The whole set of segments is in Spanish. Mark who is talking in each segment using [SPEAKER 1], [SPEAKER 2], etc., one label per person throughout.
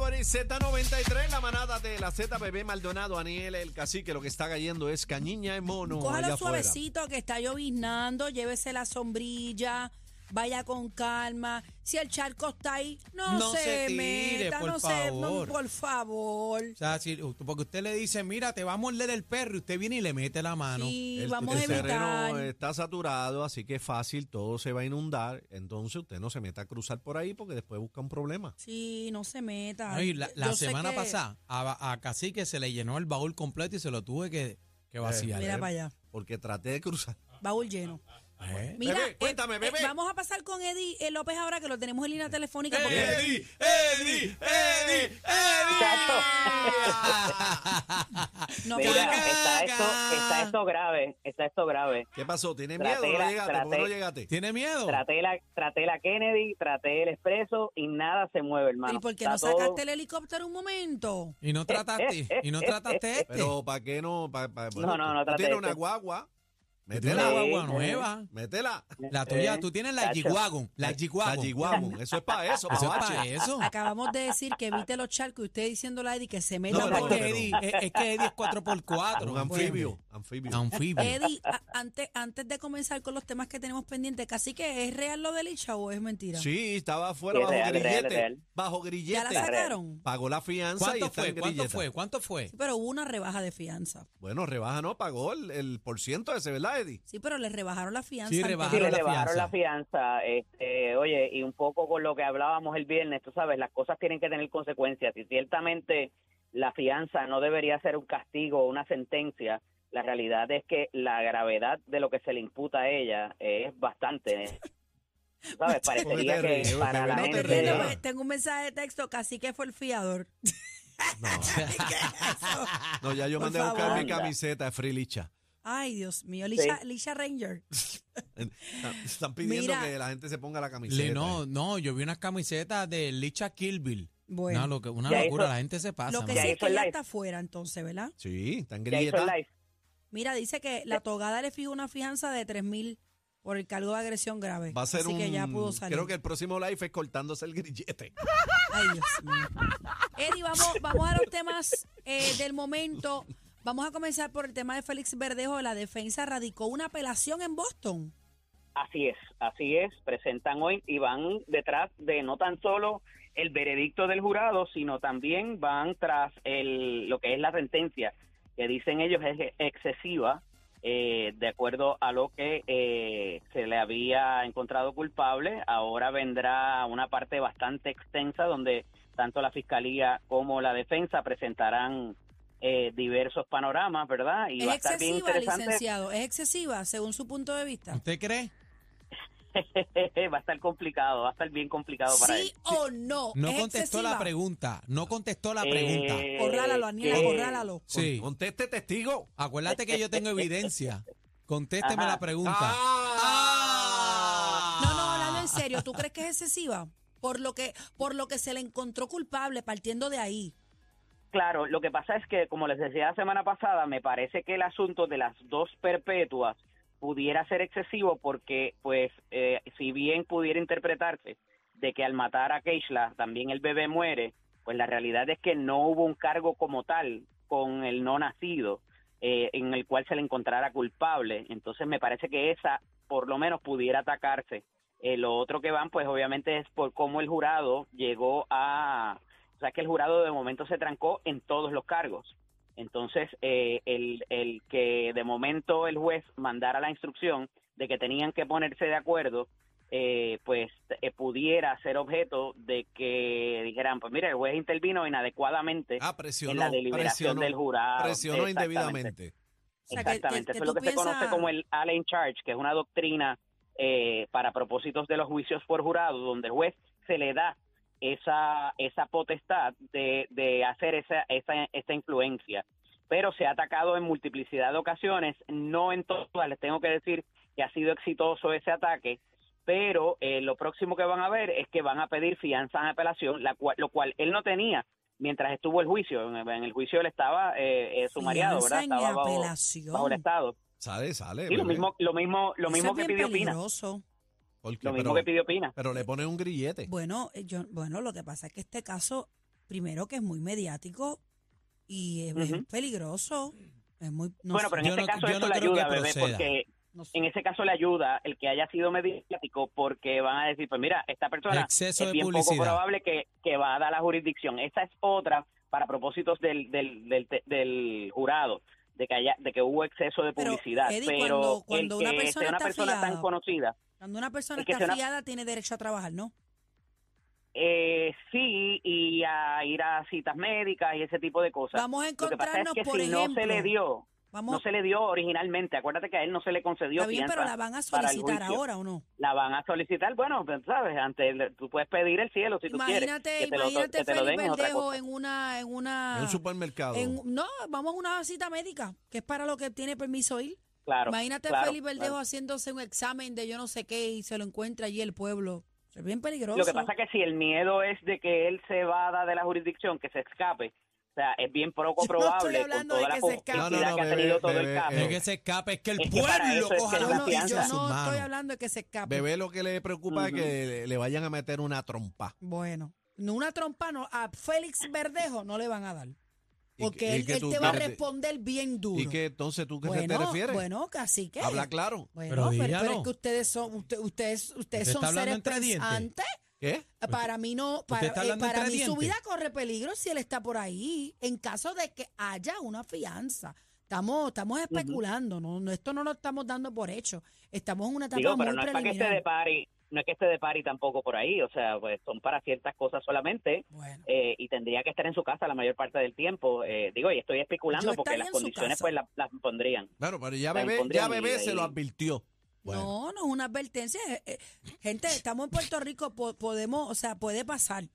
[SPEAKER 1] Z93, la manada de la Z, bebé Maldonado, Aniel, el cacique, lo que está cayendo es cañiña de mono. allá
[SPEAKER 2] Cójalo
[SPEAKER 1] afuera.
[SPEAKER 2] suavecito que está lloviznando, llévese la sombrilla, vaya con calma. Si el charco está ahí, no,
[SPEAKER 3] No se tire,
[SPEAKER 2] meta,
[SPEAKER 3] por
[SPEAKER 2] no
[SPEAKER 3] favor.
[SPEAKER 2] se, no, por favor.
[SPEAKER 3] O sea, si, porque usted le dice, mira, te va a morder el perro y usted viene y le mete la mano.
[SPEAKER 2] Sí,
[SPEAKER 1] El,
[SPEAKER 2] vamos a
[SPEAKER 1] el terreno
[SPEAKER 2] evitar.
[SPEAKER 1] está saturado, así que es fácil, todo se va a inundar. Entonces usted no se meta a cruzar por ahí porque después busca un problema.
[SPEAKER 2] Sí, no se meta.
[SPEAKER 3] No, y la, la
[SPEAKER 2] Yo sé
[SPEAKER 3] semana
[SPEAKER 2] que-
[SPEAKER 3] pasada a, a Cacique se le llenó el baúl completo y se lo tuve que, que vaciar.
[SPEAKER 2] Mira para allá,
[SPEAKER 1] Porque traté de cruzar.
[SPEAKER 2] baúl lleno.
[SPEAKER 3] ¿Eh?
[SPEAKER 2] Mira,
[SPEAKER 1] Bebé,
[SPEAKER 2] eh,
[SPEAKER 1] cuéntame,
[SPEAKER 2] eh,
[SPEAKER 1] bebé.
[SPEAKER 2] vamos a pasar con Eddie eh, López ahora que lo tenemos en línea telefónica. porque-
[SPEAKER 3] Eh, Eddie, Eddie, Eddie, Eddie.
[SPEAKER 2] No,
[SPEAKER 4] Mira,
[SPEAKER 2] pero-
[SPEAKER 4] está esto, está esto grave, está esto grave.
[SPEAKER 1] ¿Qué pasó? ¿Tienes miedo?
[SPEAKER 4] Traté
[SPEAKER 1] ¿No
[SPEAKER 4] la-
[SPEAKER 1] llegaste? ¿Por qué no
[SPEAKER 4] traté.
[SPEAKER 1] llegaste?
[SPEAKER 3] ¿Tiene
[SPEAKER 2] Oh.
[SPEAKER 3] miedo?
[SPEAKER 4] Traté la, traté la Kennedy, traté el expreso y nada se mueve,
[SPEAKER 2] ¿Y
[SPEAKER 4] hermano.
[SPEAKER 2] por qué
[SPEAKER 4] Está
[SPEAKER 2] no
[SPEAKER 4] todo-
[SPEAKER 2] sacaste el helicóptero un momento?
[SPEAKER 3] Y no trataste, y no trataste este.
[SPEAKER 1] Pero ¿para qué no? Pa- pa-
[SPEAKER 4] No, no, no,
[SPEAKER 1] tú
[SPEAKER 4] traté
[SPEAKER 1] tienes
[SPEAKER 4] de-
[SPEAKER 1] una guagua.
[SPEAKER 3] Tiene la
[SPEAKER 4] Sí,
[SPEAKER 1] Métela.
[SPEAKER 3] guagua
[SPEAKER 4] sí.
[SPEAKER 3] nueva.
[SPEAKER 1] Métela.
[SPEAKER 3] La tuya,
[SPEAKER 4] Eh,
[SPEAKER 3] tú tienes la
[SPEAKER 4] tacho.
[SPEAKER 3] G-Wagon.
[SPEAKER 1] La
[SPEAKER 3] La
[SPEAKER 1] Ah,
[SPEAKER 3] G-Wagon.
[SPEAKER 1] Yiguamu. Eso es para eso,
[SPEAKER 3] Eso es
[SPEAKER 1] papache.
[SPEAKER 3] para eso.
[SPEAKER 2] Acabamos de decir que evite los charcos y usted diciéndole a Eddie que se meta
[SPEAKER 3] No,
[SPEAKER 2] por
[SPEAKER 3] pero
[SPEAKER 1] no,
[SPEAKER 2] ahí.
[SPEAKER 3] es que
[SPEAKER 1] pero-
[SPEAKER 3] Eddie es, es que Eddie es 4x4.
[SPEAKER 1] Un anfibio. Anfibio.
[SPEAKER 2] Ah,
[SPEAKER 3] Anfibio.
[SPEAKER 2] Eddie, a- antes, antes de comenzar con los temas que tenemos pendientes, casi que es real lo del Licha o es mentira.
[SPEAKER 1] Sí, estaba afuera
[SPEAKER 4] Sí,
[SPEAKER 1] bajo
[SPEAKER 4] real, real,
[SPEAKER 1] grillete.
[SPEAKER 4] real.
[SPEAKER 1] Bajo
[SPEAKER 2] ya la
[SPEAKER 1] grillete.
[SPEAKER 2] sacaron,
[SPEAKER 1] Pagó la fianza y
[SPEAKER 3] ¿Cuánto
[SPEAKER 1] está
[SPEAKER 3] fue?
[SPEAKER 1] en
[SPEAKER 3] ¿Cuánto
[SPEAKER 1] grillete.
[SPEAKER 3] fue? ¿Cuánto fue?
[SPEAKER 2] Sí, pero hubo una rebaja de fianza.
[SPEAKER 1] Bueno, rebaja no, pagó el, el por ciento ese, ¿verdad, Eddie?
[SPEAKER 2] Sí, pero le rebajaron la fianza.
[SPEAKER 3] Sí,
[SPEAKER 2] antes.
[SPEAKER 4] Sí,
[SPEAKER 3] rebajaron.
[SPEAKER 4] le
[SPEAKER 3] la
[SPEAKER 4] bajaron
[SPEAKER 3] fianza.
[SPEAKER 4] la fianza. Este, oye, y un poco con lo que hablábamos el viernes, tú sabes, las cosas tienen que tener consecuencias. Y ciertamente la fianza no debería ser un castigo o una sentencia. La realidad es que la gravedad de lo que se le imputa a ella es bastante. Tú ¿Sabes? Parecería
[SPEAKER 1] Porque te
[SPEAKER 4] que
[SPEAKER 1] ríes,
[SPEAKER 4] para
[SPEAKER 1] bebé,
[SPEAKER 4] la
[SPEAKER 1] no te
[SPEAKER 4] gente.
[SPEAKER 1] rías.
[SPEAKER 2] Mira, pues, tengo un mensaje de texto, casi que fue el fiador.
[SPEAKER 1] No, ya yo
[SPEAKER 2] Por
[SPEAKER 1] mandé a buscar
[SPEAKER 2] favor.
[SPEAKER 1] mi camiseta de Free Licha.
[SPEAKER 2] Ay, Dios mío, Licha, Licha Ranger.
[SPEAKER 1] Están- Están pidiendo
[SPEAKER 2] Mira.
[SPEAKER 1] que la gente se ponga la camiseta.
[SPEAKER 3] Le-
[SPEAKER 1] eh.
[SPEAKER 3] no, no, yo vi unas camisetas de Licha Kilbill.
[SPEAKER 2] Bueno.
[SPEAKER 3] Una, loca- una
[SPEAKER 4] Ya
[SPEAKER 3] locura,
[SPEAKER 4] hizo-
[SPEAKER 3] la gente se pasa.
[SPEAKER 2] Lo que
[SPEAKER 3] mano.
[SPEAKER 4] Ya
[SPEAKER 2] sí es
[SPEAKER 4] hizo
[SPEAKER 2] que
[SPEAKER 4] el
[SPEAKER 2] ya
[SPEAKER 4] live.
[SPEAKER 2] está afuera entonces, ¿verdad?
[SPEAKER 1] Sí, están
[SPEAKER 4] Ya hizo el
[SPEAKER 1] grilletas.
[SPEAKER 4] live.
[SPEAKER 2] Mira, dice que la togada le fijó una fianza de 3 mil por el cargo de agresión grave.
[SPEAKER 1] Va a ser
[SPEAKER 2] Así
[SPEAKER 1] un.
[SPEAKER 2] que ya pudo salir.
[SPEAKER 1] Creo que el próximo live es cortándose el grillete.
[SPEAKER 2] Ay, Dios mío. Eddie, vamos, vamos a los temas eh, del momento. Vamos a comenzar por el tema de Félix Verdejo. La defensa radicó una apelación en Boston.
[SPEAKER 4] Así es, así es. Presentan hoy y van detrás de no tan solo el veredicto del jurado, sino también van tras el, lo que es la sentencia, que dicen ellos es excesiva, eh, de acuerdo a lo que eh, se le había encontrado culpable. Ahora vendrá una parte bastante extensa donde tanto la fiscalía como la defensa presentarán eh, diversos panoramas, ¿verdad? Y va a
[SPEAKER 2] es
[SPEAKER 4] estar bien
[SPEAKER 2] excesiva,
[SPEAKER 4] interesante
[SPEAKER 2] licenciado. Es excesiva, según su punto de vista.
[SPEAKER 3] ¿Usted cree?
[SPEAKER 4] va a estar complicado, va a estar bien complicado para
[SPEAKER 2] ¿Sí
[SPEAKER 4] él.
[SPEAKER 2] o no?
[SPEAKER 3] No
[SPEAKER 2] ¿Es
[SPEAKER 3] contestó
[SPEAKER 2] excesiva?
[SPEAKER 3] la pregunta. No contestó la pregunta.
[SPEAKER 4] Eh,
[SPEAKER 2] Corrálalo, Aniela,
[SPEAKER 4] que-
[SPEAKER 2] corrálalo.
[SPEAKER 1] Con-
[SPEAKER 3] sí.
[SPEAKER 1] Conteste testigo.
[SPEAKER 3] Acuérdate que yo tengo evidencia. Contésteme
[SPEAKER 4] Ajá.
[SPEAKER 3] la pregunta.
[SPEAKER 1] Ah.
[SPEAKER 2] No, no, hablando en serio, ¿tú crees que es excesiva? Por lo que, por lo que se le encontró culpable partiendo de ahí.
[SPEAKER 4] Claro, lo que pasa es que, como les decía la semana pasada, me parece que el asunto de las dos perpetuas pudiera ser excesivo porque, pues, eh, si bien pudiera interpretarse de que al matar a Keishla también el bebé muere, pues la realidad es que no hubo un cargo como tal con el no nacido eh, en el cual se le encontrara culpable. Entonces me parece que esa por lo menos pudiera atacarse. Eh, lo otro que van, pues obviamente es por cómo el jurado llegó a... O sea, que el jurado de momento se trancó en todos los cargos. Entonces, eh, el, el que de momento el juez mandara la instrucción de que tenían que ponerse de acuerdo, eh, pues eh, pudiera ser objeto de que dijeran, pues mira, el juez intervino inadecuadamente
[SPEAKER 1] Ah,
[SPEAKER 4] en
[SPEAKER 1] presionó.
[SPEAKER 4] la deliberación
[SPEAKER 1] presionó,
[SPEAKER 4] del jurado.
[SPEAKER 1] presionó
[SPEAKER 4] Exactamente.
[SPEAKER 1] indebidamente.
[SPEAKER 2] O sea, que- que-
[SPEAKER 4] Exactamente,
[SPEAKER 2] que
[SPEAKER 4] eso es lo
[SPEAKER 2] tú
[SPEAKER 4] que se conoce
[SPEAKER 2] piensas-
[SPEAKER 4] como el Allen Charge, que es una doctrina eh, para propósitos de los juicios por jurado, donde el juez se le da esa, esa potestad de, de hacer esa, esa, esta influencia. Pero se ha atacado en multiplicidad de ocasiones, no en todas, les tengo que decir que ha sido exitoso ese ataque, pero eh, lo próximo que van a ver es que van a pedir fianza en apelación, la cual- lo cual él no tenía mientras estuvo el juicio, en en el juicio él estaba eh, eh, sumariado,
[SPEAKER 2] Fianza
[SPEAKER 4] ¿verdad?
[SPEAKER 2] en
[SPEAKER 4] Estaba bajo-
[SPEAKER 2] apelación.
[SPEAKER 4] bajo el estado.
[SPEAKER 1] Sale, sale.
[SPEAKER 4] Sí, lo
[SPEAKER 1] bebé.
[SPEAKER 4] mismo, lo mismo, lo
[SPEAKER 2] Eso
[SPEAKER 4] mismo
[SPEAKER 2] es
[SPEAKER 4] que
[SPEAKER 2] bien
[SPEAKER 4] pidió Pina.
[SPEAKER 2] peligroso.
[SPEAKER 1] ¿Por qué?
[SPEAKER 4] Lo mismo
[SPEAKER 1] pero,
[SPEAKER 4] que pidió Pina.
[SPEAKER 1] pero le ponen un grillete.
[SPEAKER 2] Bueno, eh, yo, bueno, lo que pasa es que este caso, primero que es muy mediático y es, es
[SPEAKER 4] Ujú.
[SPEAKER 2] peligroso. Es muy, no
[SPEAKER 4] bueno,
[SPEAKER 2] sé,
[SPEAKER 4] pero en
[SPEAKER 3] Yo
[SPEAKER 4] este
[SPEAKER 3] no-
[SPEAKER 4] caso
[SPEAKER 3] yo
[SPEAKER 4] eso
[SPEAKER 3] no
[SPEAKER 4] le
[SPEAKER 3] creo que
[SPEAKER 4] ayuda, bebé,
[SPEAKER 3] proceda.
[SPEAKER 4] porque
[SPEAKER 2] no sé.
[SPEAKER 4] en ese caso le ayuda el que haya sido mediático porque van a decir, pues mira, esta persona
[SPEAKER 3] Exceso
[SPEAKER 4] es
[SPEAKER 3] de
[SPEAKER 4] bien poco
[SPEAKER 3] publicidad.
[SPEAKER 4] probable que, que va a dar la jurisdicción. Esta es otra para propósitos del, del, del, del jurado, de que haya, de que hubo exceso de
[SPEAKER 2] Pero,
[SPEAKER 4] publicidad. Pero,
[SPEAKER 2] Eddie, cuando-
[SPEAKER 4] el
[SPEAKER 2] cuando una
[SPEAKER 4] que sea
[SPEAKER 2] persona
[SPEAKER 4] una
[SPEAKER 2] está
[SPEAKER 4] persona tan
[SPEAKER 2] afiliada-
[SPEAKER 4] conocida,
[SPEAKER 2] Cuando una persona
[SPEAKER 4] es que
[SPEAKER 2] está
[SPEAKER 4] se la-
[SPEAKER 2] fiada tiene derecho a trabajar, ¿no?
[SPEAKER 4] eh, sí, y a ir a citas médicas y ese tipo de cosas.
[SPEAKER 2] Vamos a
[SPEAKER 4] Lo que pasa es
[SPEAKER 2] encontrarnos,
[SPEAKER 4] que
[SPEAKER 2] por
[SPEAKER 4] si no
[SPEAKER 2] ejemplo.
[SPEAKER 4] se le dio,
[SPEAKER 2] vamos,
[SPEAKER 4] no se le dio originalmente, acuérdate que a él no se le concedió
[SPEAKER 2] está bien, pero
[SPEAKER 4] fianza.
[SPEAKER 2] la van a
[SPEAKER 4] para el
[SPEAKER 2] solicitar
[SPEAKER 4] juicio.
[SPEAKER 2] ahora o no.
[SPEAKER 4] la van a solicitar, bueno, pues, sabes, ante el- tú puedes pedir el cielo si tú
[SPEAKER 2] imagínate,
[SPEAKER 4] quieres. que te lo-
[SPEAKER 2] imagínate
[SPEAKER 4] que te lo den
[SPEAKER 2] Felipe
[SPEAKER 4] en otra
[SPEAKER 2] Verdejo
[SPEAKER 4] cosa.
[SPEAKER 2] en una, en una,
[SPEAKER 1] En un supermercado.
[SPEAKER 2] en- no, vamos a una cita médica, que es para lo que tiene permiso ir.
[SPEAKER 4] Claro,
[SPEAKER 2] Imagínate a
[SPEAKER 4] claro,
[SPEAKER 2] Felipe Verdejo
[SPEAKER 4] claro.
[SPEAKER 2] haciéndose un examen de yo no sé qué y se lo encuentra allí el pueblo. Es bien peligroso.
[SPEAKER 4] Lo que pasa es que si el miedo es de que él se vada de la jurisdicción, que se escape, o sea, es bien poco
[SPEAKER 2] Yo no estoy
[SPEAKER 4] probable con
[SPEAKER 2] hablando de
[SPEAKER 4] toda
[SPEAKER 2] que
[SPEAKER 4] la
[SPEAKER 2] se escape.
[SPEAKER 4] publicidad
[SPEAKER 1] No, no, no,
[SPEAKER 4] que ha
[SPEAKER 1] bebé,
[SPEAKER 4] tenido todo
[SPEAKER 1] bebé,
[SPEAKER 4] el caso.
[SPEAKER 1] eh,
[SPEAKER 3] No es que se escape, es que el
[SPEAKER 4] Es que para
[SPEAKER 3] pueblo
[SPEAKER 4] eso es que
[SPEAKER 3] coja
[SPEAKER 4] es
[SPEAKER 2] yo
[SPEAKER 3] la
[SPEAKER 4] la
[SPEAKER 2] no, yo
[SPEAKER 3] justicia en
[SPEAKER 4] fianza.
[SPEAKER 3] sus
[SPEAKER 2] no estoy
[SPEAKER 3] manos.
[SPEAKER 2] hablando de que se escape.
[SPEAKER 1] Bebé lo que le preocupa es
[SPEAKER 4] Ujú.
[SPEAKER 1] que le, le vayan a meter una trompa.
[SPEAKER 2] Bueno, no una trompa, no, a Félix Verdejo no le van a dar.
[SPEAKER 1] Y
[SPEAKER 2] Porque
[SPEAKER 1] que- y
[SPEAKER 2] él,
[SPEAKER 1] que
[SPEAKER 2] él
[SPEAKER 1] tú-
[SPEAKER 2] te va a
[SPEAKER 1] pero-
[SPEAKER 2] responder bien duro.
[SPEAKER 1] ¿Y que entonces tú qué
[SPEAKER 2] bueno,
[SPEAKER 1] te refieres?
[SPEAKER 2] Bueno, casi que.
[SPEAKER 1] Habla claro.
[SPEAKER 2] Bueno,
[SPEAKER 3] Pero
[SPEAKER 2] pero, pero
[SPEAKER 3] dígalo.
[SPEAKER 2] es que ustedes son, usted- ustedes, ustedes
[SPEAKER 3] Usted
[SPEAKER 2] son
[SPEAKER 3] está hablando
[SPEAKER 2] seres
[SPEAKER 3] entre dientes.
[SPEAKER 2] pensantes.
[SPEAKER 1] ¿Qué?
[SPEAKER 2] Para mí no, para, eh,
[SPEAKER 3] está hablando
[SPEAKER 2] para
[SPEAKER 3] entre
[SPEAKER 2] mí su
[SPEAKER 3] dientes.
[SPEAKER 2] vida corre peligro si él está por ahí, en caso de que haya una fianza. Estamos, estamos especulando, no, no, esto no lo estamos dando por hecho. Estamos en una etapa
[SPEAKER 4] Digo,
[SPEAKER 2] muy
[SPEAKER 4] pero no es para que esté
[SPEAKER 2] preliminar.
[SPEAKER 4] de pari, no es que esté de pari tampoco por ahí, o sea, pues son para ciertas cosas solamente.
[SPEAKER 2] Bueno,
[SPEAKER 4] eh, y tendría que estar en su casa la mayor parte del tiempo. eh, digo, y estoy especulando
[SPEAKER 2] Yo
[SPEAKER 4] porque
[SPEAKER 2] estaría
[SPEAKER 4] las
[SPEAKER 2] en su
[SPEAKER 4] condiciones
[SPEAKER 2] casa.
[SPEAKER 4] pues las, las pondrían.
[SPEAKER 1] Claro, pero ya
[SPEAKER 4] La
[SPEAKER 1] bebé, ya
[SPEAKER 4] impondrían y
[SPEAKER 1] bebé se
[SPEAKER 4] ahí-
[SPEAKER 1] lo advirtió. Bueno.
[SPEAKER 2] No, no es una advertencia. eh, eh, gente, estamos en Puerto Rico, po- podemos, o sea, puede pasar.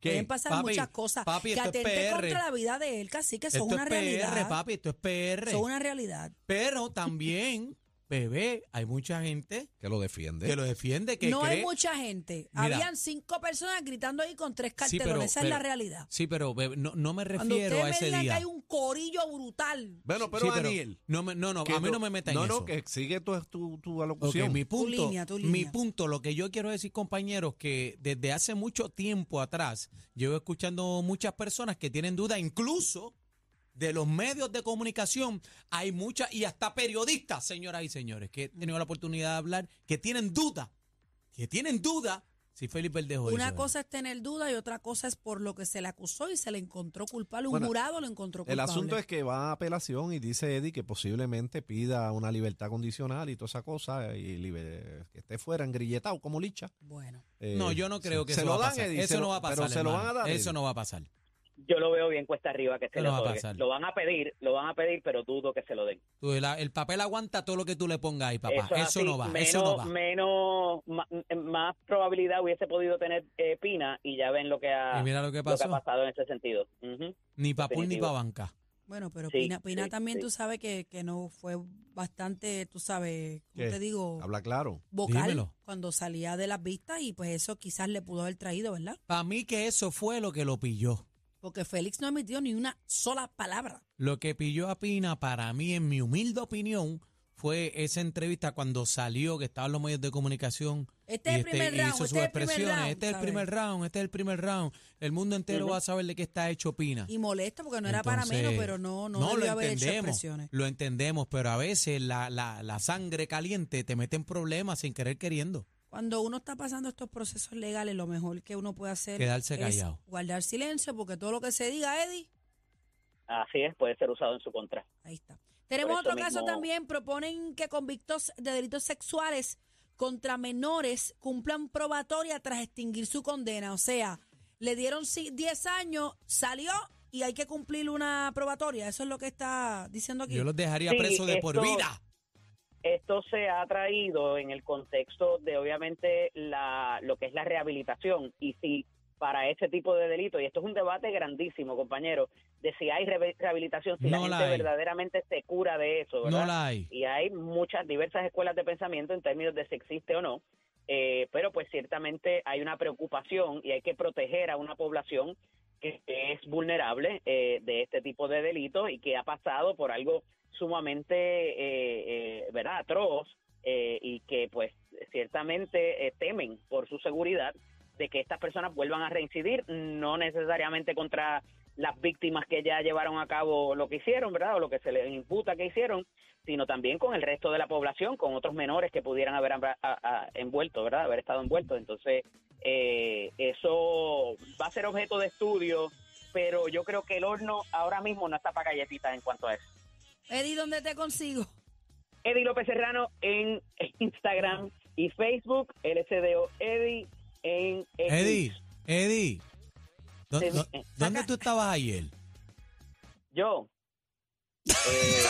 [SPEAKER 1] ¿Qué?
[SPEAKER 2] Pueden pasar
[SPEAKER 3] Papi,
[SPEAKER 2] muchas cosas
[SPEAKER 3] papi,
[SPEAKER 2] que
[SPEAKER 3] esto es
[SPEAKER 2] atenten
[SPEAKER 3] PR.
[SPEAKER 2] contra la vida de él, casi que son
[SPEAKER 3] Esto
[SPEAKER 2] una
[SPEAKER 3] es
[SPEAKER 2] realidad.
[SPEAKER 3] PR, papi, esto es PR.
[SPEAKER 2] Son una realidad.
[SPEAKER 3] Pero también, bebé, hay mucha gente
[SPEAKER 1] Que lo defiende.
[SPEAKER 3] que lo defiende, que
[SPEAKER 2] no
[SPEAKER 3] cree...
[SPEAKER 2] hay mucha gente.
[SPEAKER 3] Mira.
[SPEAKER 2] Habían cinco personas gritando ahí con tres
[SPEAKER 3] Sí,
[SPEAKER 2] cartelones.
[SPEAKER 3] pero-
[SPEAKER 2] Esa es
[SPEAKER 3] pero-
[SPEAKER 2] la realidad.
[SPEAKER 3] Sí, pero bebé, no, no me
[SPEAKER 2] Cuando
[SPEAKER 3] refiero
[SPEAKER 2] ustedes
[SPEAKER 3] a
[SPEAKER 2] me
[SPEAKER 3] ese
[SPEAKER 2] digan que
[SPEAKER 3] día.
[SPEAKER 2] hay un corillo brutal.
[SPEAKER 1] bueno, pero
[SPEAKER 3] Sí,
[SPEAKER 1] Daniel.
[SPEAKER 3] no, me- no, no,
[SPEAKER 1] que
[SPEAKER 3] a mí no me metan
[SPEAKER 1] No,
[SPEAKER 3] en eso.
[SPEAKER 1] no, que sigue tu, tu, tu
[SPEAKER 3] Ok,
[SPEAKER 1] alocución.
[SPEAKER 3] mi punto,
[SPEAKER 2] línea, tu
[SPEAKER 3] mi
[SPEAKER 2] línea.
[SPEAKER 3] punto, lo que yo quiero decir, compañeros, que desde hace mucho tiempo atrás llevo escuchando muchas personas que tienen dudas, incluso de los medios de comunicación, hay muchas, y hasta periodistas, señoras y señores, que he tenido la oportunidad de hablar, que tienen duda, que tienen duda si Felipe Verdejo hizo
[SPEAKER 2] Una
[SPEAKER 3] eso.
[SPEAKER 2] cosa es tener duda y otra cosa es por lo que se le acusó y se le encontró culpable. Un
[SPEAKER 1] Bueno,
[SPEAKER 2] jurado lo encontró
[SPEAKER 1] El
[SPEAKER 2] culpable.
[SPEAKER 1] asunto es que va a apelación y dice Eddie que posiblemente pida una libertad condicional y toda esa cosa y liber- que esté fuera engrilletado como licha.
[SPEAKER 2] Bueno,
[SPEAKER 1] Eh,
[SPEAKER 3] No, yo no creo que
[SPEAKER 1] se
[SPEAKER 3] eso
[SPEAKER 1] lo
[SPEAKER 3] va a
[SPEAKER 1] dan,
[SPEAKER 3] pasar.
[SPEAKER 1] Eddie, se
[SPEAKER 3] eso
[SPEAKER 1] lo-
[SPEAKER 3] no va a pasar.
[SPEAKER 1] Pero se lo van a
[SPEAKER 3] hermano.
[SPEAKER 1] dar.
[SPEAKER 3] Eso
[SPEAKER 1] Eddie.
[SPEAKER 3] no va a pasar.
[SPEAKER 4] Yo lo veo bien cuesta arriba que se
[SPEAKER 3] No
[SPEAKER 4] le
[SPEAKER 3] va a
[SPEAKER 4] otorgue.
[SPEAKER 3] pasar.
[SPEAKER 4] Lo van a pedir, lo van a pedir, pero dudo que se lo den.
[SPEAKER 3] Tú, el, el papel aguanta todo lo que tú le pongas ahí, papá. Eso,
[SPEAKER 4] es así.
[SPEAKER 3] no va.
[SPEAKER 4] Menos,
[SPEAKER 3] eso no va.
[SPEAKER 4] menos ma- m- más probabilidad hubiese podido tener eh, Pina y ya ven lo que ha,
[SPEAKER 3] Y mira lo que
[SPEAKER 4] lo que
[SPEAKER 3] pasó.
[SPEAKER 4] ha pasado en ese sentido. Ujú.
[SPEAKER 3] Ni pa' pool ni
[SPEAKER 4] Definitivo.
[SPEAKER 3] pa' banca.
[SPEAKER 2] bueno, pero
[SPEAKER 4] Sí,
[SPEAKER 2] Pina, Pina
[SPEAKER 4] sí,
[SPEAKER 2] también
[SPEAKER 4] sí.
[SPEAKER 2] tú sabes que, que no fue bastante, tú sabes, ¿cómo
[SPEAKER 1] ¿Qué?
[SPEAKER 2] te digo?
[SPEAKER 1] Habla claro.
[SPEAKER 2] Vocal
[SPEAKER 3] Dímelo.
[SPEAKER 2] cuando salía de las vistas y pues eso quizás le pudo haber traído, ¿verdad?
[SPEAKER 3] Para mí que eso fue lo que lo pilló.
[SPEAKER 2] Porque Félix no emitió ni una sola palabra.
[SPEAKER 3] Lo que pilló a Pina, para mí, en mi humilde opinión, fue esa entrevista cuando salió, que estaban los medios de comunicación.
[SPEAKER 2] Este es
[SPEAKER 3] y
[SPEAKER 2] el primer
[SPEAKER 3] y
[SPEAKER 2] round, este
[SPEAKER 3] hizo sus
[SPEAKER 2] es el primer
[SPEAKER 3] expresiones.
[SPEAKER 2] round,
[SPEAKER 3] este es el
[SPEAKER 2] ¿sabes?
[SPEAKER 3] primer round, este es el primer round. El mundo entero
[SPEAKER 4] Ujú.
[SPEAKER 3] va a saber de qué está hecho Pina.
[SPEAKER 2] Y molesto porque no era para
[SPEAKER 3] Entonces,
[SPEAKER 2] menos, pero no, no, debió haber hecho expresiones.
[SPEAKER 3] Lo entendemos, pero a veces la, la, la sangre caliente te mete en problemas sin querer queriendo.
[SPEAKER 2] Cuando uno está pasando estos procesos legales, lo mejor que uno puede hacer
[SPEAKER 3] Quedarse
[SPEAKER 2] es
[SPEAKER 3] callado.
[SPEAKER 2] guardar silencio porque todo lo que se diga, Eddie,
[SPEAKER 4] Así es, puede ser usado en su contra.
[SPEAKER 2] ahí está. Tenemos
[SPEAKER 4] Por eso
[SPEAKER 2] otro caso
[SPEAKER 4] mismo-
[SPEAKER 2] también, proponen que convictos de delitos sexuales contra menores cumplan probatoria tras extinguir su condena. O sea, le dieron si- 10 años, salió y hay que cumplir una probatoria. Eso es lo que está diciendo aquí.
[SPEAKER 3] Yo los dejaría
[SPEAKER 4] Sí,
[SPEAKER 3] presos de por
[SPEAKER 4] esto-
[SPEAKER 3] vida.
[SPEAKER 4] Esto se ha traído en el contexto de obviamente la, lo que es la rehabilitación y si para ese tipo de delitos, y esto es un debate grandísimo, compañero, de si hay re- rehabilitación, si la
[SPEAKER 3] No la
[SPEAKER 4] gente
[SPEAKER 3] hay.
[SPEAKER 4] verdaderamente se cura de eso, ¿verdad?
[SPEAKER 3] No la hay.
[SPEAKER 4] y hay muchas diversas escuelas de pensamiento en términos de si existe o no, eh, pero pues ciertamente hay una preocupación y hay que proteger a una población que es vulnerable eh, de este tipo de delitos y que ha pasado por algo sumamente, eh, eh, ¿verdad?, atroz eh, y que pues ciertamente eh, temen por su seguridad de que estas personas vuelvan a reincidir, no necesariamente contra las víctimas que ya llevaron a cabo lo que hicieron, ¿verdad? O lo que se les imputa que hicieron, sino también con el resto de la población, con otros menores que pudieran haber a- a- envuelto, ¿verdad? Haber estado envueltos. Entonces, eh, eso va a ser objeto de estudio, pero yo creo que el horno ahora mismo no está para galletitas en cuanto a eso.
[SPEAKER 2] Eddie, ¿dónde te consigo?
[SPEAKER 4] Eddie López Serrano en Instagram y Facebook, LSDO Eddie en X.
[SPEAKER 3] Eddie, Eddie, ¿dó-
[SPEAKER 4] Te-
[SPEAKER 3] dó- ¿dónde tú estabas ayer?
[SPEAKER 4] Yo. Eh,